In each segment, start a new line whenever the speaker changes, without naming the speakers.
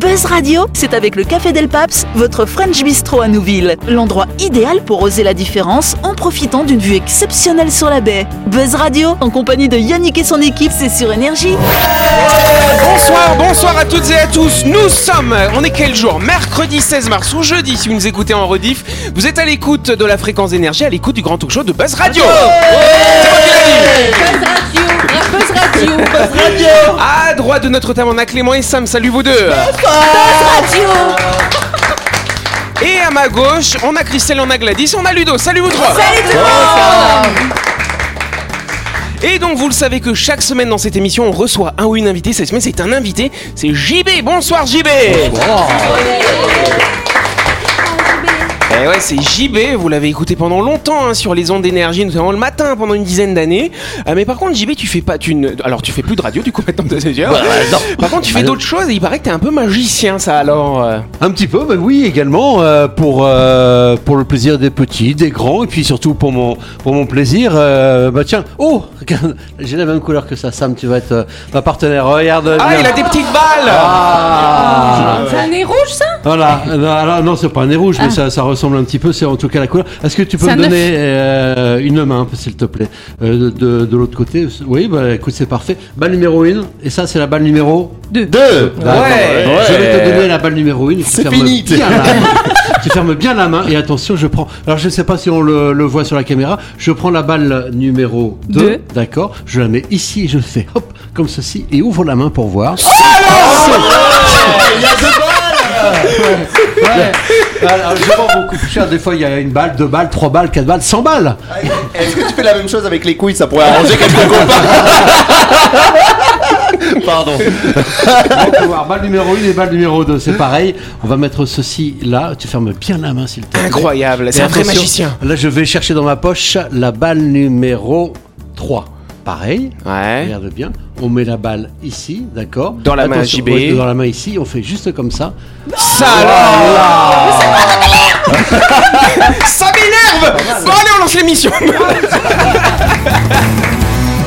Buzz Radio, c'est avec le Café Del Paps, votre French Bistro à Nouville. L'endroit idéal pour oser la différence en profitant d'une vue exceptionnelle sur la baie. Buzz Radio, en compagnie de Yannick et son équipe, c'est sur Énergie.
Bonsoir, bonsoir à toutes et à tous. Nous sommes, on est quel jour Mercredi 16 mars ou jeudi si vous nous écoutez en rediff. Vous êtes à l'écoute de la fréquence énergie, à l'écoute du grand talk show de Buzz Radio. C'est moi qui l'ai dit.
Buzz Radio, un Buzz Radio, Buzz
À droite de notre table, on a Clément et Sam. Salut vous deux.
Radio.
Et à ma gauche, on a Christelle, on a Gladys, on a Ludo. Salut vous trois.
Salut tout le monde.
Et donc vous le savez que chaque semaine dans cette émission, on reçoit un ou une invitée. Cette semaine, c'est un invité, c'est JB. Bonsoir JB. Eh ouais, c'est JB, vous l'avez écouté pendant longtemps hein, sur les ondes d'énergie, notamment le matin pendant une dizaine d'années. Euh, mais par contre, JB, tu fais pas. Tu ne- Alors, tu fais plus de radio du coup maintenant, c'est sûr. Par contre, tu fais
Ah non.
d'autres choses et il paraît que t'es un peu magicien, ça alors. euh.
Un petit peu, mais oui, également euh, pour, euh, pour le plaisir des petits, des grands, et puis surtout pour mon, pour mon plaisir. euh, bah tiens, oh, regarde, j'ai la même couleur que ça, Sam, tu vas être euh, ma partenaire. Regarde.
Ah,
bien.
il a des petites balles
Ah.
C'est un nez rouge ça Ah.
Voilà, non, alors, non, c'est pas un nez rouge, mais ça, ça ressemble un petit peu, c'est en tout cas la couleur. Est-ce que tu peux
C'est
me
un œuf.
donner euh, une main, s'il te plaît, euh, de, de l'autre côté Oui, bah écoute, c'est parfait. Balle numéro 1, et ça, c'est la balle numéro
Deux.
D'accord.
Ouais.
Je vais te donner la balle numéro 1.
C'est fini.
Bien la main. tu fermes bien la main, et attention, je prends. Alors, je sais pas si on le, le voit sur la caméra, je prends la balle numéro 2,
Deux.
d'accord Je la mets ici, et je fais hop, comme ceci, et ouvre la main pour voir. Ouais. Alors, je vends beaucoup plus cher. Des fois, il y a une balle, deux balles, trois balles, quatre balles, cent balles.
Est-ce que tu fais la même chose avec les couilles Ça pourrait arranger quelques copains. Pardon.
On peut voir balle numéro 1 et balle numéro 2. C'est pareil. On va mettre ceci là. Tu fermes bien la main, s'il te plaît.
Incroyable, c'est
Et
un vrai
attention,
magicien.
Là, je vais chercher dans ma poche la balle numéro 3. Pareil.
Ouais.
Regarde bien. On met la balle ici, d'accord
Dans la main
Attention,
JB.
ouais, Dans la main ici. On fait juste comme ça.
Ça alors Ça m'énerve Bon allez, on lance l'émission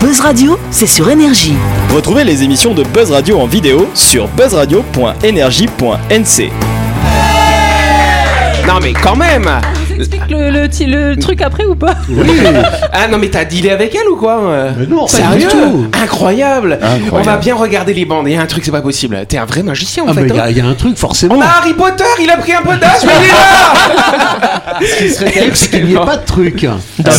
Buzz Radio, c'est sur Énergie.
Retrouvez les émissions de Buzz Radio en vidéo sur buzzradio.energie.nc.
Non mais quand même
On vous explique le, le, ti- le truc après ou pas
Ah non mais t'as dealé avec elle ou quoi euh
Mais non, pas
Sérieux
du tout.
Incroyable. On va bien regarder les bandes. Il y a un truc, c'est pas possible. T'es un vrai magicien en
Ah, mais
fait.
il y, a-
hein.
il y a un truc, forcément.
On a Harry Potter, il a pris un peu d'âge, mais il est là
Ce qui serait terrible, c'est qu'il n'y ait pas de truc.
Ah bah,
Ah,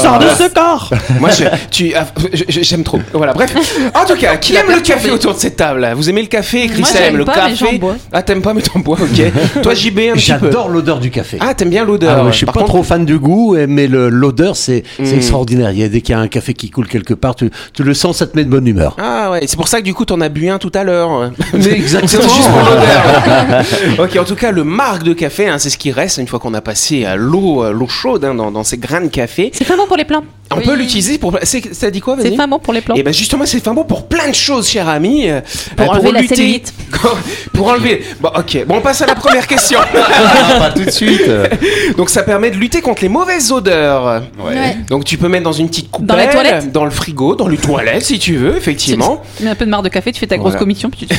Sors de ce corps Moi, je- tu- ah, je- je- j'aime trop. Voilà, bref. En tout cas, qui aime le café autour de cette table Vous aimez le café Chris
Moi,
elle aime
j'aime
le
pas, mais j'en
café
bois.
Ah, t'aimes pas, mais t'en bois, ok. Toi, JB, un petit peu.
J'adore l'odeur du café.
Ah, t'aimes bien
Ah
l'odeur.
ouais, je suis
Par
pas
contre,
trop fan du goût, eh, mais le- l'odeur, c'est c'est
Mm.
extraordinaire. Il y a, dès qu'il y a un café qui coule quelque part, tu, tu le sens, ça te met de bonne humeur.
Ah ouais, c'est pour ça que du coup t'en as bu un tout à l'heure.
Mais exactement.
C'est juste pour l'odeur. ok, en tout cas le marc de café, hein, c'est ce qui reste une fois qu'on a passé à l'eau, euh, l'eau chaude hein, dans, dans ces grains de café.
C'est vraiment pour les plans.
On peut l'utiliser pour. c'est- Ça dit quoi vas-y
C'est vraiment pour les plans.
Et ben justement c'est fin bon pour plein de choses, cher ami. euh,
Pour enlever la
lutter-
cellulite.
pour enlever. Bon ok, bon on passe à la première question.
pas Ah, tout de suite.
Donc ça permet de lutter contre les mauvaises odeurs.
Ouais.
Donc tu peux mettre dans une petite coupelle,
Dans la toilette.
dans le frigo, dans les toilettes si tu veux, effectivement.
Tu mets un peu de marre de café, tu fais ta grosse
Voilà.
commission, puis tu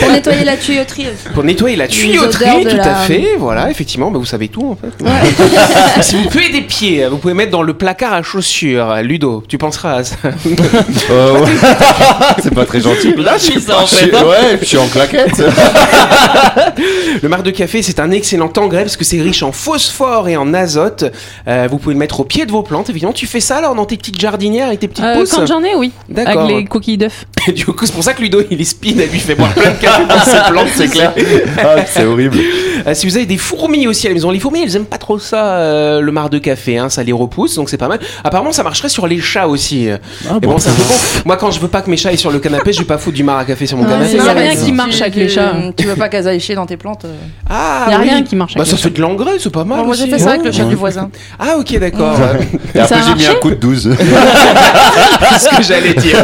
Pour nettoyer la tuyauterie aussi.
Pour nettoyer la tuyauterie,
odeurs
tout
de
à
la-
fait. Voilà, effectivement, bah, vous savez tout en fait. si vous puez des pieds, vous pouvez mettre dans le placard à chaussures. Ludo, tu penseras à ça.
C'est pas très gentil.
Là, je suis pas-
Je suis- ouais, je suis en claquette.
Le marc de café, c'est un excellent engrais parce que c'est riche en phosphore et en azote. Euh, vous pouvez le mettre au pied de vos plantes. Évidemment, tu fais ça alors dans tes petites jardinières et tes petites
Euh,
pousses.
quand j'en ai, oui.
D'accord.
Avec les coquilles d'œufs.
Et du coup, c'est pour ça que Ludo, il est speed, elle lui fait boire plein de café dans ses plantes, c'est clair.
Ah, c'est horrible.
Euh, si vous avez des fourmis aussi à la maison, les fourmis elles aiment pas trop ça, euh, le marc de café, hein, ça les repousse donc c'est pas mal. Apparemment ça marcherait sur les chats aussi. Mais bon, c'est un peu con. Moi quand je veux pas que mes chats aient sur le canapé, je vais pas foutre du marc à café sur mon
Ouais,
canapé.
c'est
non,
y a
mais
rien
si
qui
tu-
marche avec les chats.
Tu veux pas qu'elles aillent chier dans tes plantes euh.
Ah,
Il y a
oui.
rien qui marche
Bah,
avec
ça
les
fait de l'engrais, c'est pas mal.
Bon, Moi j'ai
aussi. hein.
fait ça avec le chat du voisin.
Ah ok d'accord.
Et
Ça
après,
a
j'ai mis
marché
un coup de 12.
C'est ce que j'allais dire.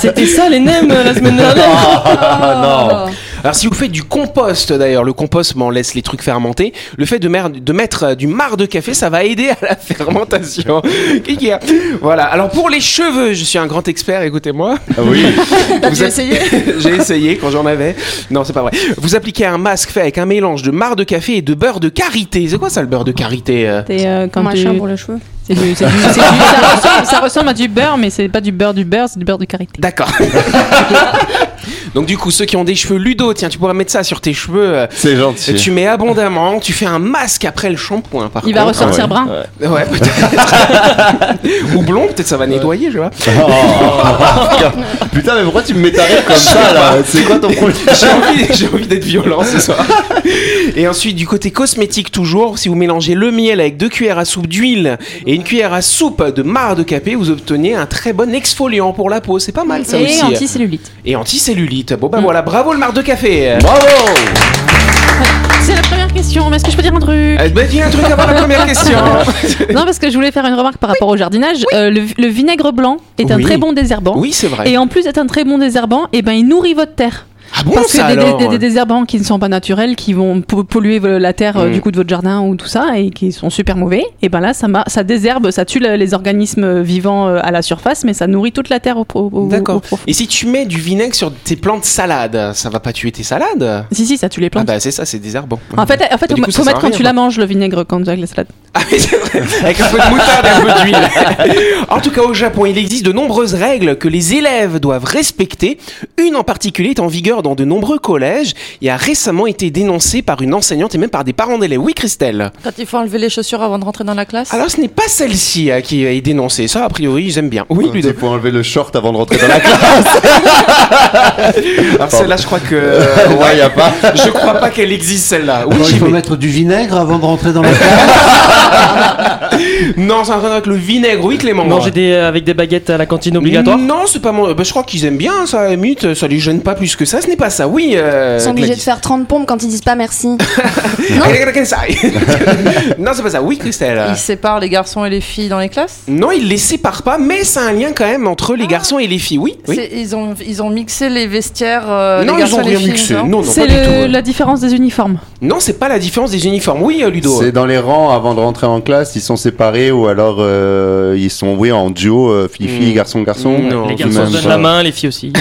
C'était ça les nems euh, la semaine dernière.
Ah non.
Alors si vous faites du compost d'ailleurs, le compost m'en laisse les trucs fermenter, le fait de, mer- de mettre euh, du marc de café, ça va aider à la fermentation. Kiki, hein. voilà. Alors pour les cheveux, je suis un grand expert, écoutez-moi.
Ah oui.
T'as
Vous
dû
êtes-
essayer
J'ai essayé quand j'en avais. Non, c'est pas vrai. Vous appliquez un masque fait avec un mélange de marc de café et de beurre de karité. C'est quoi ça le beurre de karité euh
C'est euh, quand
Comme un chien
tu-
pour le cheveu.
c'est du- c'est du- c'est du- ça ressemble- Ça ressemble à du beurre, mais c'est pas du beurre du beurre, c'est du beurre de karité.
D'accord. Donc du coup, ceux qui ont des cheveux ludo, tiens, tu pourrais mettre ça sur tes cheveux. euh,
C'est gentil.
Tu mets abondamment, tu fais un masque après le shampoing par
Il va
contre.
ressortir
ouais.
brun.
Ah Ouais, peut-être. Ou blond, peut-être ça va nettoyer, je vois.
Oh. Putain, mais pourquoi tu me mets ta rire comme ça là C'est quoi ton problème
J'ai envie, j'ai envie d'être violent ce soir. Et ensuite, du côté cosmétique toujours, si vous mélangez le miel avec deux cuillères à soupe d'huile et une cuillère à soupe de marc de café, vous obtenez un très bon exfoliant pour la peau. C'est pas mal ça
Et Mm.
aussi. hein.
anticellulite.
Et anticellulite. Bon bah voilà, bravo le marc de café.
Bravo
C'est la première question, mais est-ce que je peux dire un truc
Eh ben, dis un truc avant la première question.
Non, parce que je voulais faire une remarque par rapport au jardinage. Euh, le, le vinaigre blanc est un
Oui.
très bon désherbant.
Oui, c'est vrai.
Et en plus d'être un très bon désherbant, et ben, il nourrit votre terre.
Ah bon
Parce
ça
que des- des,
alors
des- des désherbants qui ne sont pas naturels, qui vont po- polluer euh, la terre euh,
Mm.
du coup de votre jardin ou tout ça, et qui sont super mauvais, et ben là ça, ma- ça désherbe, ça tue le- les organismes euh, vivants euh, à la surface, mais ça nourrit toute la terre au, pro- au- au
D'accord.
profond.
Et si tu mets du vinaigre sur tes plantes salades, ça va pas tuer tes salades
Si, si, ça tue les
Ah
plantes.
bah c'est ça, c'est désherbant.
En fait, en fait,
Bah, du
faut,
coup, ça sert
faut
à
mettre quand
rien,
tu la manges le vinaigre quand tu as avec la salade.
Ah oui, c'est vrai. Avec un peu de moutarde et un peu d'huile. En tout cas, au Japon, il existe de nombreuses règles que les élèves doivent respecter. Une en particulier est en vigueur dans de nombreux collèges et a récemment été dénoncée par une enseignante et même par des parents d'élèves. Oui, Christelle
Quand il faut enlever les chaussures avant de rentrer dans la classe.
Alors, ce n'est pas celle-ci euh, qui est dénoncée. Ça, a priori, ils aiment bien. Oui, Ludo.
Il faut enlever le short avant de rentrer dans la classe.
Alors, celle-là, je crois que...
Ouais,
euh,
y a pas.
je crois pas qu'elle existe, celle-là. Oui,
Alors, il
j'y
faut
vais.
mettre du vinaigre avant de rentrer dans la classe.
Non, c'est un truc avec le vinaigre. Oui, Clément.
Manger des, euh, avec des baguettes à la cantine obligatoire
Non, c'est pas mon. bah, je crois qu'ils aiment bien ça, à la limite, ça les gêne pas plus que ça. Ce n'est pas ça, oui.
Ils
Euh,
sont obligés de
Gladys.
faire 30 pompes quand ils disent pas merci.
non, c'est pas ça. Oui, Christelle.
Ils séparent les garçons et les filles dans les classes
Non, ils les séparent pas, mais c'est un lien quand même entre les garçons et les filles. Oui. oui.
Ah. C'est- ils, ont, ils ont mixé les vestiaires, euh,
non, ils
les garçons
ont
et les
rien
filles.
mixé.
non
Oh, Non, non,
C'est
pas du
le-
tout.
la différence des uniformes.
Non, c'est pas la différence des uniformes. Oui, euh, Ludo.
C'est dans les rangs avant de rentrer en classe, ils sont séparés ou alors euh, ils sont oui en duo euh, filles-filles,
Mm.
garçons-garçons.
Non,
Les
Tout
garçons
même
se donnent
pas.
la main, les filles aussi.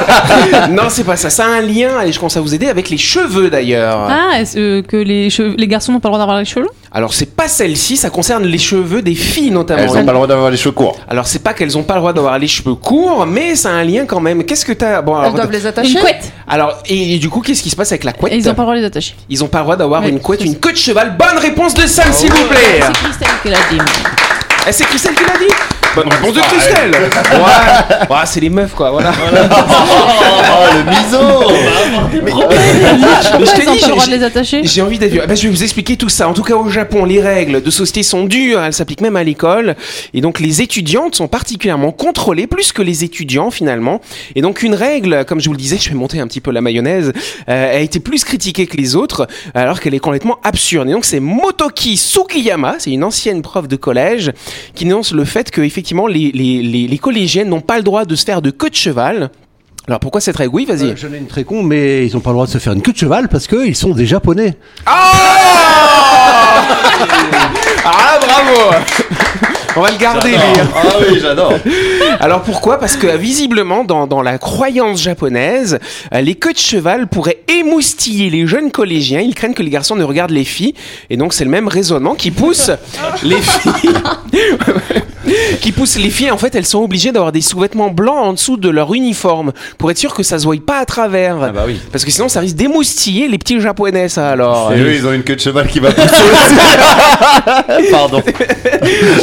non, c'est pas ça. Ça a un lien, et je commence à vous aider, avec les cheveux d'ailleurs.
Ah, est-ce euh, que les, cheveux- les garçons n'ont pas le droit d'avoir les cheveux longs
Alors, c'est pas celle-ci, ça concerne les cheveux des filles
Elles
notamment.
n'ont pas le droit d'avoir les cheveux courts.
Alors, c'est pas qu'elles ont pas le droit d'avoir les cheveux courts, mais ça a un lien quand même. Qu'est-ce que t'as. Bon, alors,
Elles doivent les
Une
attacher.
couette
Alors, et, et du coup, qu'est-ce qui se passe avec la couette
Et ils n'ont pas le droit de les attacher.
Ils ont pas le droit d'avoir
Oui,
une couette,
c'est
une queue de cheval. Bonne réponse de Sam, s'il vous plaît
C'est Christelle qui l'a dit.
Eh, C'est Christelle qui l'a dit Bonne réponse
Ah
de Christelle Ouais, Ouais, c'est les meufs, quoi, voilà.
Oh le miso
Pourquoi
euh, t'ai
ils n'ont
dit,
pas le droit
j'ai-
de les attacher
J'ai envie d'être. Ah bah, je vais vous expliquer tout ça. En tout cas, au Japon, les règles de société sont dures. Elles s'appliquent même à l'école. Et donc, les étudiantes sont particulièrement contrôlées, plus que les étudiants finalement. Et donc, une règle, comme je vous le disais, je vais monter un petit peu la mayonnaise, euh, a été plus critiquée que les autres, alors qu'elle est complètement absurde. Et donc, c'est Motoki Sugiyama, c'est une ancienne prof de collège, qui dénonce le fait que effectivement, les, les, les, les collégiennes n'ont pas le droit de se faire de queue de cheval. Alors pourquoi cette règle Oui, vas-y.
Euh, J'en ai une très con, mais ils n'ont pas le droit de se faire une queue de cheval parce qu'ils sont des japonais.
Ah Ah bravo On va le garder lui.
Ah oui, j'adore.
Alors pourquoi Parce que visiblement dans, dans la croyance japonaise, euh, les queues de cheval pourraient émoustiller les jeunes collégiens. Ils craignent que les garçons ne regardent les filles. Et donc c'est le même raisonnement qui pousse les filles. qui pousse les filles en fait elles sont obligées d'avoir des sous-vêtements blancs en dessous de leur uniforme pour être sûr que ça se voie pas à travers
Ah
bah oui.
parce que sinon ça risque d'émoustiller les petits japonais ça alors
Et eux, ils ont une queue de cheval qui va pousser aussi. Pardon.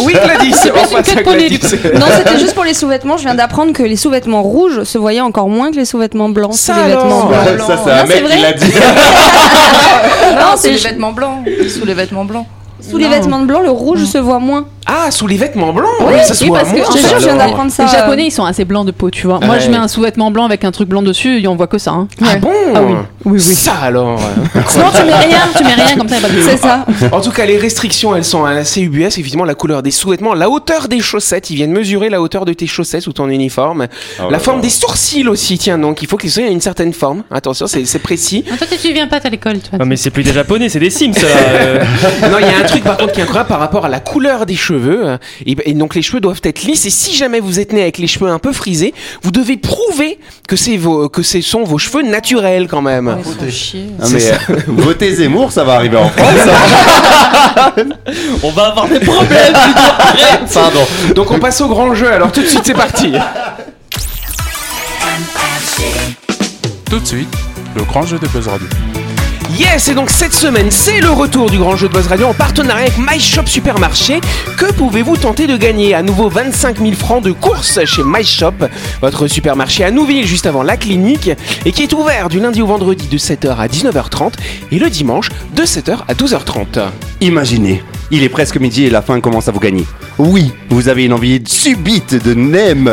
Oui, Gladys,
C'est
on
plus une
passe à
quête poney,
Gladys.
du coup. Non, c'était juste pour les sous-vêtements. Je viens d'apprendre que les sous-vêtements rouges se voyaient encore moins que les sous-vêtements blancs.
Ça
C'est les
alors
vêtements blancs.
ça, c'est un
Non, c'est
mec
vrai.
qui l'a dit.
Non,
Non,
c'est
c'est
les
ju-
vêtements blancs. Sous les vêtements blancs.
Sous les vêtements blancs, le rouge se voit moins.
Ah, sous les vêtements blancs
Oui,
ça se
oui,
voit
parce
à
que
mon
je te
sens,
jure, je viens
alors.
d'apprendre ça.
Les
euh,
japonais, ils sont assez blancs de peau, tu vois. Moi, je
Ouais.
mets un sous-vêtement blanc avec un truc blanc dessus et on voit que ça. hein.
Ah bon
Ah oui, oui, oui.
Ça alors euh.
Sinon, tu mets rien, tu mets rien comme ça, y a pas de-
C'est ça.
En tout cas, les restrictions, elles sont assez UBS. Évidemment, la couleur des sous-vêtements, la hauteur des chaussettes. Ils viennent mesurer la hauteur de tes chaussettes ou ton uniforme.
Oh là
la forme
là.
des sourcils aussi, tiens donc. Il faut qu'ils soient à une certaine forme. Attention, c'est c'est
Ah.
précis.
Toi, tu viens pas à l'école, toi.
Ah, mais c'est plus des japonais, c'est des Sims, ça. là, euh.
non, il y a un truc par contre qui est incroyable par rapport à la couleur des cheveux. Et, ben, et donc, les cheveux doivent être lisses. Et si jamais vous êtes né avec les cheveux un peu frisés, vous devez prouver que, c'est vos, que ce sont vos cheveux naturels quand même.
Ouais, ils sont chiés.
Ah,
C'est
mais
ça.
euh, voter Zemmour, ça va arriver en France.
On va avoir des problèmes.
Pardon.
Donc, on passe au grand jeu. Alors, tout de suite, c'est parti.
Tout de suite, le grand jeu de Buzz Radio.
Yes, et donc cette semaine, c'est le retour du grand jeu de Buzz Radio en partenariat avec My Shop Supermarché. Que pouvez-vous tenter de gagner À nouveau 25 000 francs de course chez My Shop, votre supermarché à Nouville, juste avant la clinique, et qui est ouvert du lundi au vendredi de 7h à 19h30 et le dimanche de 7h à 12h30.
Imaginez, il est presque midi et la faim commence à vous gagner. Oui, vous avez une envie subite de nem,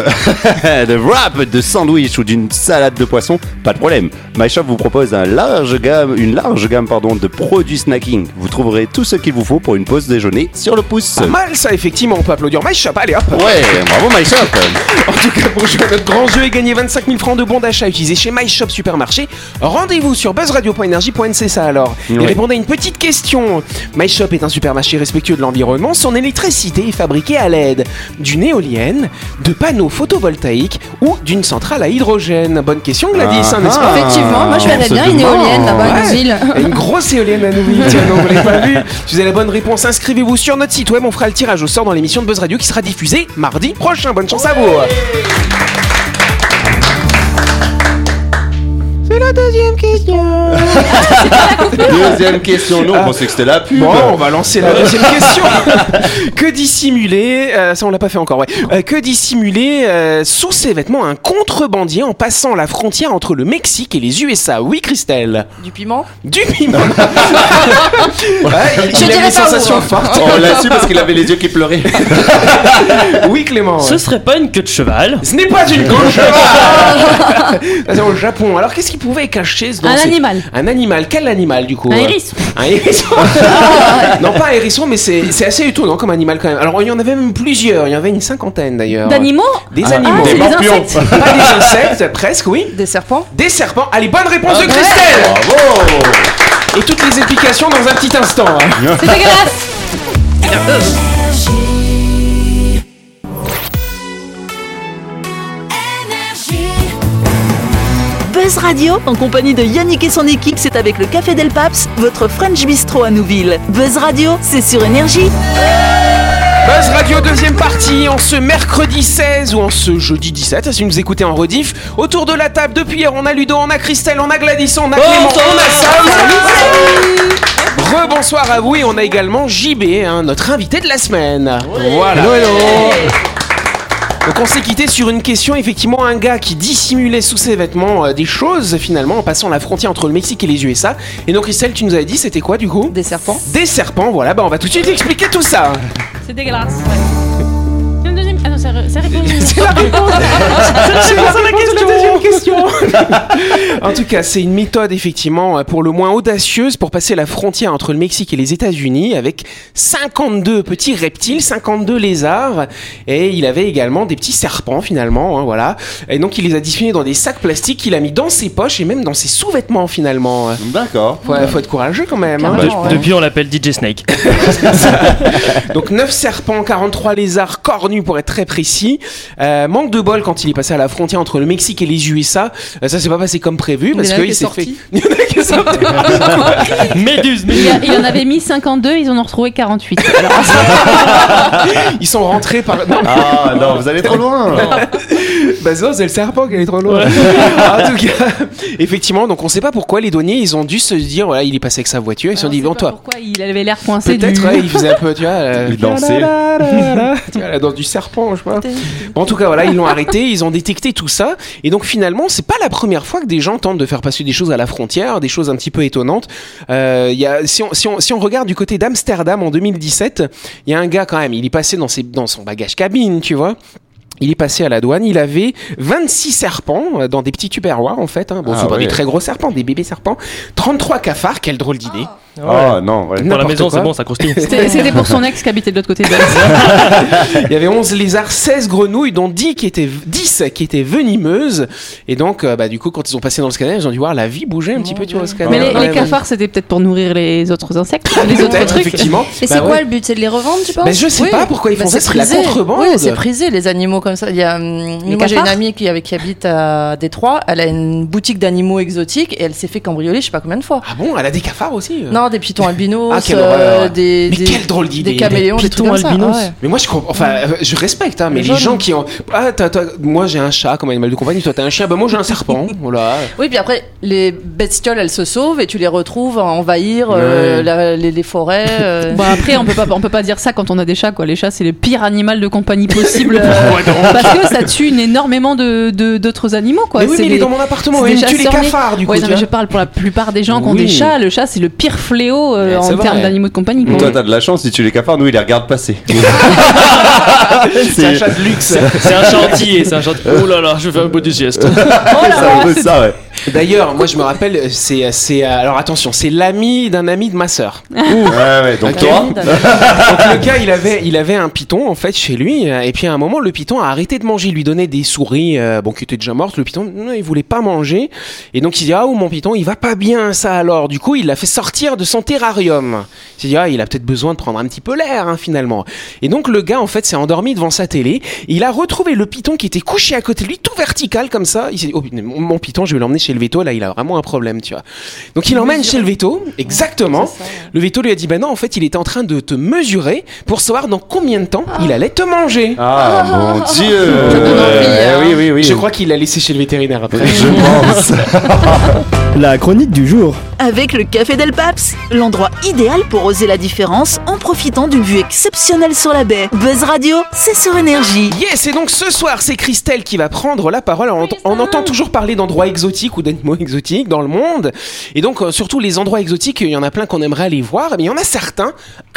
de wrap, de sandwich ou d'une salade de poisson, pas de problème. My Shop vous propose un large gamme, une large gamme pardon, de produits snacking. Vous trouverez tout ce qu'il vous faut pour une pause déjeuner sur le pouce.
Pas mal ça, effectivement, on peut applaudir My Shop, allez hop
Ouais, bravo My Shop
En tout cas, pour jouer à notre grand jeu et gagner 25 000 francs de bons d'achat utilisés chez My Shop Supermarché, rendez-vous sur buzzradio.energie.nc ça alors. Et
Ouais.
répondez à une petite question. My Shop est un supermarché respectueux de l'environnement. Son électricité est fabriquée à l'aide d'une éolienne, de panneaux photovoltaïques ou d'une centrale à hydrogène. Bonne question, Gladys,
Ah,
hein, n'est-ce
Ah.
pas
Effectivement, moi je verrais bien une éolienne là-bas à
Ouais.
Nouville.
Et Une grosse éolienne à Nouville, tiens, non, vous l'avez pas vu. Si vous avez la bonne réponse, inscrivez-vous sur notre site web. On fera le tirage au sort dans l'émission de Buzz Radio qui sera diffusée mardi prochain. Bonne chance à vous. C'est la deuxième question.
Deuxième question, non, on sait que c'était la pub.
Bon, on va lancer la deuxième Euh, question. que dissimuler, euh, ça on l'a pas fait encore, ouais. Euh, que dissimuler euh, sous ses vêtements un contrebandier en passant la frontière entre le Mexique et les USA Oui, Christelle.
Du piment
Du piment. Ouais, il
Je
il a
dirais
des
pas
sensations
où, hein.
fortes.
On l'a su parce qu'il avait les yeux qui pleuraient.
Oui, Clément.
Ce serait pas une queue de cheval
Ce n'est pas une gauche. Ah, C'est au Japon. Alors, qu'est-ce qu'il pouvait cacher dans
Un
ces-
animal.
Un animal. Quel animal, du coup
Un
euh
hérisson.
Un hérisson Non, pas un hérisson, mais c'est c'est assez étonnant comme animal quand même. Alors, il y en avait même plusieurs. Il y en avait une cinquantaine d'ailleurs.
D'animaux
Des
Ah,
animaux.
des lampions.
Pas des insectes, presque, oui.
Des serpents
Des serpents. Allez, bonne réponse de Christelle
Bravo
Et toutes les explications dans un petit instant. hein.
C'est dégueulasse
Buzz Radio, en compagnie de Yannick et son équipe, c'est avec le Café Del Paps, votre French Bistro à Nouville. Buzz Radio, c'est sur Énergie.
Buzz Radio, deuxième partie, en ce mercredi 16 ou en ce jeudi 17, si vous nous écoutez en rediff. Autour de la table, depuis hier, on a Ludo, on a Christelle, on a Gladys, on a Clément, on a Sam. Rebonsoir à vous et on a également JB, hein, notre invité de la semaine. Voilà. Donc on s'est quitté sur une question, effectivement, un gars qui dissimulait sous ses vêtements euh, des choses, finalement, en passant la frontière entre le Mexique et les USA. Et donc, Christelle, tu nous avais dit, c'était quoi, du coup
Des serpents
Des serpents, voilà, bah on va tout de suite expliquer tout ça.
C'est dégueulasse. Un deuxième. Ah non, ça, re- ça répond.
C'est la réponse. C'est pour ça la question. La deuxième question. en tout cas, c'est une méthode effectivement pour le moins audacieuse pour passer la frontière entre le Mexique et les États-Unis avec 52 petits reptiles, 52 lézards et il avait également des petits serpents finalement, hein, voilà. Et donc il les a dissimulés dans des sacs plastiques qu'il a mis dans ses poches et même dans ses sous-vêtements finalement.
D'accord.
Faut, faut être courageux quand même. hein.
De-
Clairement, ouais.
Depuis, on l'appelle DJ Snake.
Donc 9 serpents, 43 lézards, cornus pour être très précis. Euh, manque de bol quand il est passé à la frontière entre le Mexique et les USA. Euh, ça s'est pas passé comme prévu parce
en a qui
qu'il
est
s'est fait.
sorti.
Il y en a qui est
Bah
sorti.
Méduse,
Il
méduse.
y, a- il y en avait mis 52, ils en ont retrouvé 48. Alors,
Ils sont rentrés par. Non.
Ah non, vous allez trop loin.
Bah sinon, c'est le serpent qui est trop loin. en tout cas, effectivement, donc on sait pas pourquoi les douaniers, ils ont dû se dire, voilà, il est passé avec sa voiture, ils
Ah,
se sont dit, bon, toi.
Pourquoi il avait l'air coincé du...
Peut-être, ouais, il faisait un peu, tu vois. euh,
Il dansait.
tu vois, la danse du serpent, je sais pas. Bon, en tout cas, voilà, ils l'ont arrêté, ils ont détecté tout ça. Et donc, finalement, c'est pas la première fois que des gens tentent de faire passer des choses à la frontière, des choses un petit peu étonnantes. Euh, il y a, si, on, si, on, si on regarde du côté d'Amsterdam en 2017, il y a un gars quand même, il est passé dans, ses, dans son bagage cabine, tu vois. Il est passé à la douane, il avait 26 serpents euh, dans des petits tupperwares en fait. Hein. Bon,
Ah
c'est pas
ouais.
des très gros serpents, des bébés serpents. 33 cafards, quel drôle d'idée.
Ah non, ouais.
Dans la
N'importe
maison,
quoi.
c'est bon, ça croustille.
C'était c'était pour son ex qui habitait de l'autre côté de la
Il y avait 11 lézards, 16 grenouilles, dont 10 qui étaient, 10 qui étaient venimeuses. Et donc, euh, bah, du coup, quand ils ont passé dans le scanner, ils ont dû voir la vie bouger un petit peu, tu vois, au scanner.
Mais les,
Ouais,
les
ouais.
cafards, c'était peut-être pour nourrir les autres insectes, les autres
Peut-être,
trucs.
effectivement.
Et c'est
Bah
quoi
ouais.
le but C'est de les revendre, tu penses
Mais je sais
Oui.
pas pourquoi ils
Bah,
font ça, c'est de la contrebande.
Oui, c'est prisé, les animaux comme ça. Il y a, hum,
Les
moi, j'ai une
cafards
amie qui, avec- qui habite à Détroit. Elle a une boutique d'animaux exotiques et elle s'est fait cambrioler, je sais pas combien de fois.
Ah bon, elle a des cafards aussi euh.
Non, des pitons albinos,
Ah, quelle
euh,
horreur.
des,
Mais
des-
quelle drôle d'idée.
des caméléons,
Des
des, trucs
pitons
comme ça.
albinos.
Ah ouais.
Mais moi je comprends, enfin euh, je respecte, hein, mais les
Les jeunes.
gens qui ont. Ah, t'as- t'as- moi j'ai un chat comme animal de compagnie, toi t'as un chien, bah moi j'ai un serpent. Voilà.
Oui, puis après, les bestioles, elles se sauvent et tu les retrouves à envahir euh,
Ouais. Bah,
la- les, les forêts. euh.
Bon Bah, après on peut pas on peut pas dire ça quand on a des chats quoi les chats c'est le pire animal de compagnie possible euh, parce que ça tue une- énormément de de- d'autres animaux quoi
mais oui,
C'est
mais il est
des-
dans mon appartement,
c'est
il
des
tue les
chasseurs nés.
cafards du coup.
Ouais,
tu
non, mais
vois.
je parle pour la plupart des gens qui ont
Oui.
des chats le chat c'est le pire fléau euh,
Ouais, c'est
en
vrai.
termes d'animaux de compagnie quoi.
Toi, t'as de la chance si tu les cafards, nous, ils les regardent passer.
C'est un chat de luxe.
C'est un chantier, c'est un chantier. Oh là là, je fais un peu des gestes.
c'est un peu ça, ouais.
D'ailleurs, moi je me rappelle, c'est, c'est, alors attention, c'est l'ami d'un ami de ma sœur.
Ouais, ouais, donc
Ok.
toi,
Donc le gars, il avait, il avait un python en fait chez lui, euh, et puis à un moment, le python a arrêté de manger. Il lui donnait des souris, euh, bon, qui étaient déjà mortes. Le python, non, il voulait pas manger, et donc il dit ah oh, mon python, il va pas bien ça alors. Du coup, il l'a fait sortir de son terrarium. Il s'est dit ah il a peut-être besoin de prendre un petit peu l'air hein, finalement. Et donc le gars en fait s'est endormi devant sa télé. Il a retrouvé le python qui était couché à côté de lui, tout vertical comme ça. Il s'est dit oh putain, mon mon python, je vais l'emmener chez le veto. Là, il a vraiment un problème, tu vois. Donc il l'emmène chez le veto, exactement. Le veto lui a dit bah non, en fait, il était en train de te mesurer pour savoir dans combien de temps il allait te manger.
Ah mon dieu
hein.
Eh Oui, oui, oui.
Je crois qu'il l'a laissé chez le vétérinaire après.
Je pense.
La chronique du jour.
Avec le Café Del Paps, l'endroit idéal pour oser la différence en profitant d'une vue exceptionnelle sur la baie. Buzz Radio, c'est sur énergie.
Yes, et donc ce soir, c'est Christelle qui va prendre la parole. Alors, on, ent- on entend toujours parler d'endroits exotiques ou d'animaux exotiques dans le monde. Et donc, euh, surtout les endroits exotiques, il y en a plein qu'on aimerait aller voir, mais il y en a certains,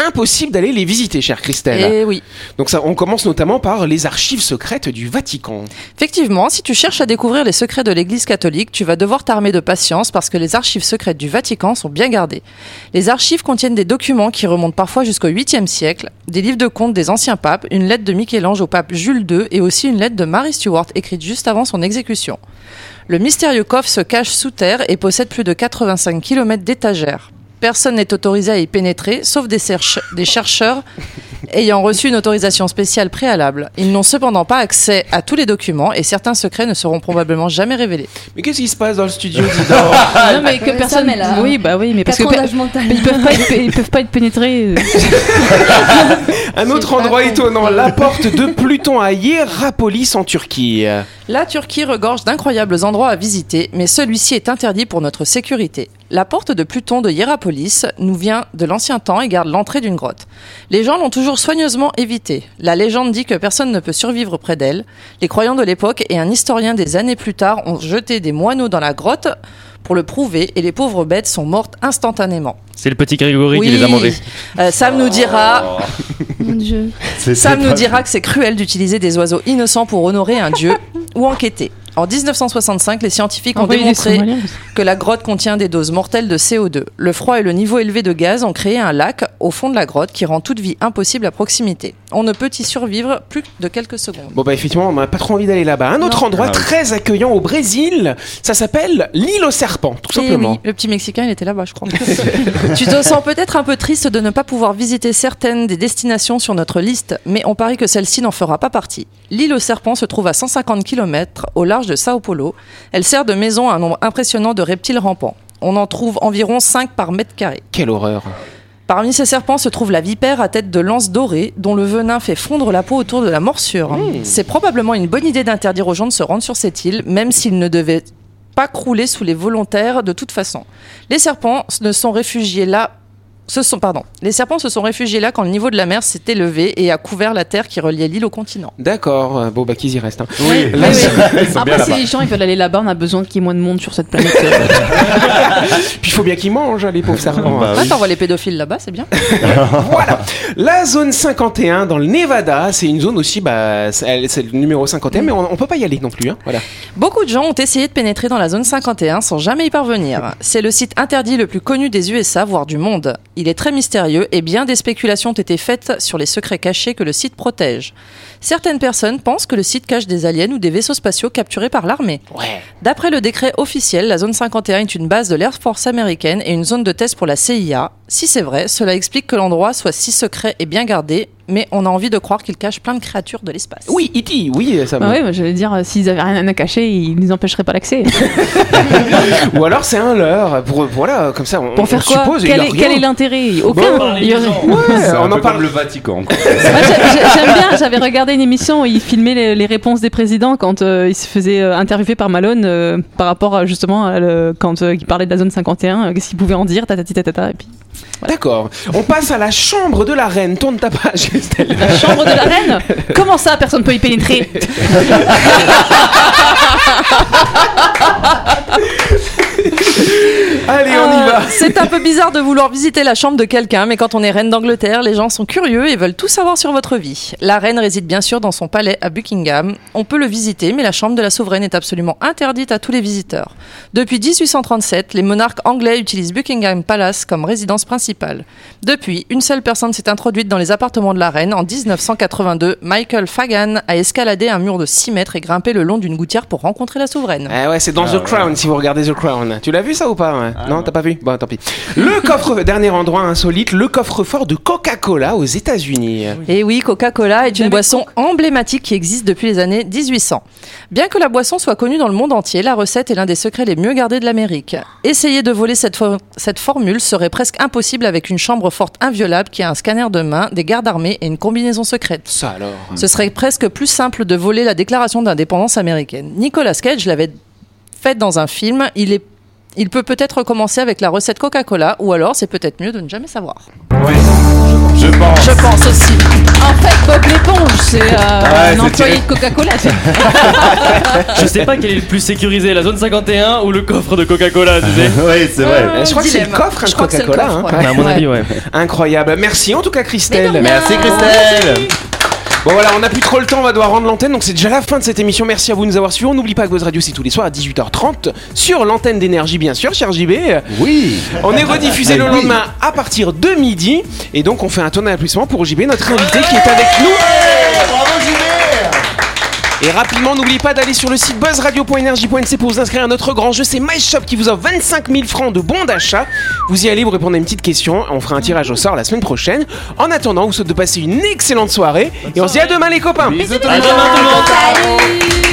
impossible d'aller les visiter, chère Christelle.
Et oui.
Donc, ça, on commence notamment par les archives secrètes du Vatican.
Effectivement, si tu cherches à découvrir les secrets de l'Église catholique, tu vas devoir t'armer de patience parce que les archives secrètes du Vatican sont bien gardées. Les archives contiennent des documents qui remontent parfois jusqu'au 8e siècle, des livres de comptes des anciens papes, une lettre de Michel-Ange au pape Jules II et aussi une lettre de Marie Stuart écrite juste avant son exécution. Le mystérieux coffre se cache sous terre et possède plus de 85 km d'étagères. Personne n'est autorisé à y pénétrer, sauf des, cherche- des chercheurs ayant reçu une autorisation spéciale préalable. Ils n'ont cependant pas accès à tous les documents et certains secrets ne seront probablement jamais révélés.
Mais qu'est-ce qui se passe dans le studio dis donc
non mais que
mais ça,
personne
mais là-
oui bah oui mais parce que pe-
Patronage mental.
ils peuvent pas être, ils peuvent pas être pénétrés euh,
Un autre
pas
endroit
con.
étonnant, la porte de Pluton à Hierapolis en Turquie.
La Turquie regorge d'incroyables endroits à visiter, mais celui-ci est interdit pour notre sécurité. La porte de Pluton de Hierapolis nous vient de l'ancien temps et garde l'entrée d'une grotte. Les gens l'ont toujours soigneusement évitée. La légende dit que personne ne peut survivre près d'elle. Les croyants de l'époque et un historien des années plus tard ont jeté des moineaux dans la grotte pour le prouver et les pauvres bêtes sont mortes instantanément.
C'est le petit Grégory qui les a mangés.
Euh, Sam nous dira,
Mon Dieu.
C'est-
Sam
c'est
nous
pas-
dira que c'est cruel d'utiliser des oiseaux innocents pour honorer un dieu ou enquêter. En 1965, les scientifiques ont
Envoyer des
démontré
Somaliens.
que la grotte contient des doses mortelles de CO2. Le froid et le niveau élevé de gaz ont créé un lac au fond de la grotte qui rend toute vie impossible à proximité. On ne peut y survivre plus de quelques secondes.
Bon bah effectivement, on n'a pas trop envie d'aller là-bas. Un autre
Non.
endroit
Ah oui.
très accueillant au Brésil, ça s'appelle l'île aux serpents, tout
Eh
simplement.
oui, le petit Mexicain, il était là-bas, je crois. tu te sens peut-être un peu triste de ne pas pouvoir visiter certaines des destinations sur notre liste, mais on parie que celle-ci n'en fera pas partie. L'île aux serpents se trouve à 150 km au large de Sao Paulo. Elle sert de maison à un nombre impressionnant de reptiles rampants. On en trouve environ 5 par mètre carré.
Quelle horreur.
Parmi ces serpents se trouve la vipère à tête de lance dorée, dont le venin fait fondre la peau autour de la morsure. C'est probablement une bonne idée d'interdire aux gens de se rendre sur cette île, même s'ils ne devaient pas crouler sous les volontaires de toute façon. Les serpents ne sont réfugiés là. Se sont, pardon. Les serpents se sont réfugiés là quand le niveau de la mer s'est élevé et a couvert la terre qui reliait l'île au continent.
D'accord, euh, bon bah qu'ils y restent. hein.
Oui.
Là,
Oui, oui.
c'est-
Après, si les gens ils veulent aller là-bas, on a besoin qu'il y ait moins de monde sur cette planète.
Ah Puis il faut bien qu'ils mangent, hein, les pauvres serpents.
Bah
hein.
Ah, t'envoies les pédophiles là-bas, c'est bien.
La zone 51 dans le Nevada, c'est une zone aussi, bah, c'est elle- c'est le numéro 51, mais on, on peut pas y aller non plus. hein, Voilà.
Beaucoup de gens ont essayé de pénétrer dans la zone 51 sans jamais y parvenir. C'est le site interdit le plus connu des USA, voire du monde. Il est très mystérieux et bien des spéculations ont été faites sur les secrets cachés que le site protège. Certaines personnes pensent que le site cache des aliens ou des vaisseaux spatiaux capturés par l'armée.
Ouais.
D'après le décret officiel, la zone 51 est une base de l'Air Force américaine et une zone de test pour la CIA. Si c'est vrai, cela explique que l'endroit soit si secret et bien gardé, mais on a envie de croire qu'il cache plein de créatures de l'espace.
Oui, E.T., oui, ça
bah
me-
ouais, bah, j'allais dire, euh, s'ils avaient rien à cacher, ils nous empêcheraient pas l'accès.
Bah, Ou alors c'est un leurre. Pour, voilà, comme ça, on,
Pour faire
on
quoi
suppose. il y a
quel est,
rien.
quel est l'intérêt Aucun.
Bon,
Il y aurait-
Ouais,
C'est un
on en
peu
parle.
comme le Vatican. quoi.
Moi, j'a- j'a- J'aime bien, j'avais regardé une émission où ils filmaient les, les réponses des présidents quand euh, ils se faisaient euh, interviewer par Malone euh, par rapport à, justement à le- quand euh, il parlait de la zone 51, euh, qu'est-ce qu'il pouvait en dire, tatati tatata, et puis
D'accord. On passe à la chambre de la reine. Tourne ta page, Estelle.
la chambre de la reine Comment ça, personne peut y pénétrer
Allez, on y va.
Euh, C'est un peu bizarre de vouloir visiter la chambre de quelqu'un, mais quand on est reine d'Angleterre, les gens sont curieux et veulent tout savoir sur votre vie. La reine réside bien sûr dans son palais à Buckingham. On peut le visiter, mais la chambre de la souveraine est absolument interdite à tous les visiteurs. Depuis 1837, les monarques anglais utilisent Buckingham Palace comme résidence principale. Depuis, une seule personne s'est introduite dans les appartements de la reine. En 1982, Michael Fagan a escaladé un mur de 6 mètres et grimpé le long d'une gouttière pour rencontrer la souveraine.
Ah ouais, c'est dans The Crown si vous regardez The Crown. Tu l'as vu ça ou pas hein Non, t'as pas vu Bon, tant pis. Le coffre, dernier endroit insolite, le coffre-fort de Coca-Cola aux États-Unis.
Et oui, Coca-Cola est une boisson emblématique qui existe depuis les années 1800. Bien que la boisson soit connue dans le monde entier, la recette est l'un des secrets les mieux gardés de l'Amérique. Essayer de voler cette, for- cette formule serait presque impossible avec une chambre forte inviolable qui a un scanner de main, des gardes armés et une combinaison secrète.
Ça alors.
Ce serait presque plus simple de voler la déclaration d'indépendance américaine. Nicolas Cage l'avait fait dans un film. Il est il peut peut-être commencer avec la recette Coca-Cola, ou alors c'est peut-être mieux de ne jamais savoir.
Je pense.
Je pense aussi.
En fait, Bob l'éponge, c'est euh,
ouais,
un
c'est
employé
tiré.
de Coca-Cola. tu vois.
Je sais pas quel est le plus sécurisé, la zone 51 ou le coffre de Coca-Cola, tu sais.
Oui, c'est vrai.
Je crois que c'est le
Euh, dilemme.
coffre hein,
Je
de
crois que c'est le
Coca-Cola.
coffre,
hein.
ouais.
Mais à mon
Ouais.
avis, ouais.
Incroyable. Merci en tout cas, Christelle.
Merci Christelle.
Bon voilà, on n'a plus trop le temps, on va devoir rendre l'antenne, donc c'est déjà la fin de cette émission. Merci à vous de nous avoir suivis. On n'oublie pas que Buzz Radio, c'est tous les soirs à 18h30 sur l'antenne d'énergie, bien sûr, cher JB.
Oui.
On est rediffusé le lendemain à partir de midi, et donc on fait un tournoi d'applaudissements pour JB, notre invité qui est avec nous. Et rapidement, n'oubliez pas d'aller sur le site buzzradio.energie.nc pour vous inscrire à notre grand jeu. C'est MyShop qui vous offre 25 000 francs de bons d'achat. Vous y allez, vous répondez à une petite question. On fera un tirage au sort la semaine prochaine. En attendant, on vous souhaite de passer une excellente soirée. Et on se dit à demain, les copains.
À demain, tout le monde.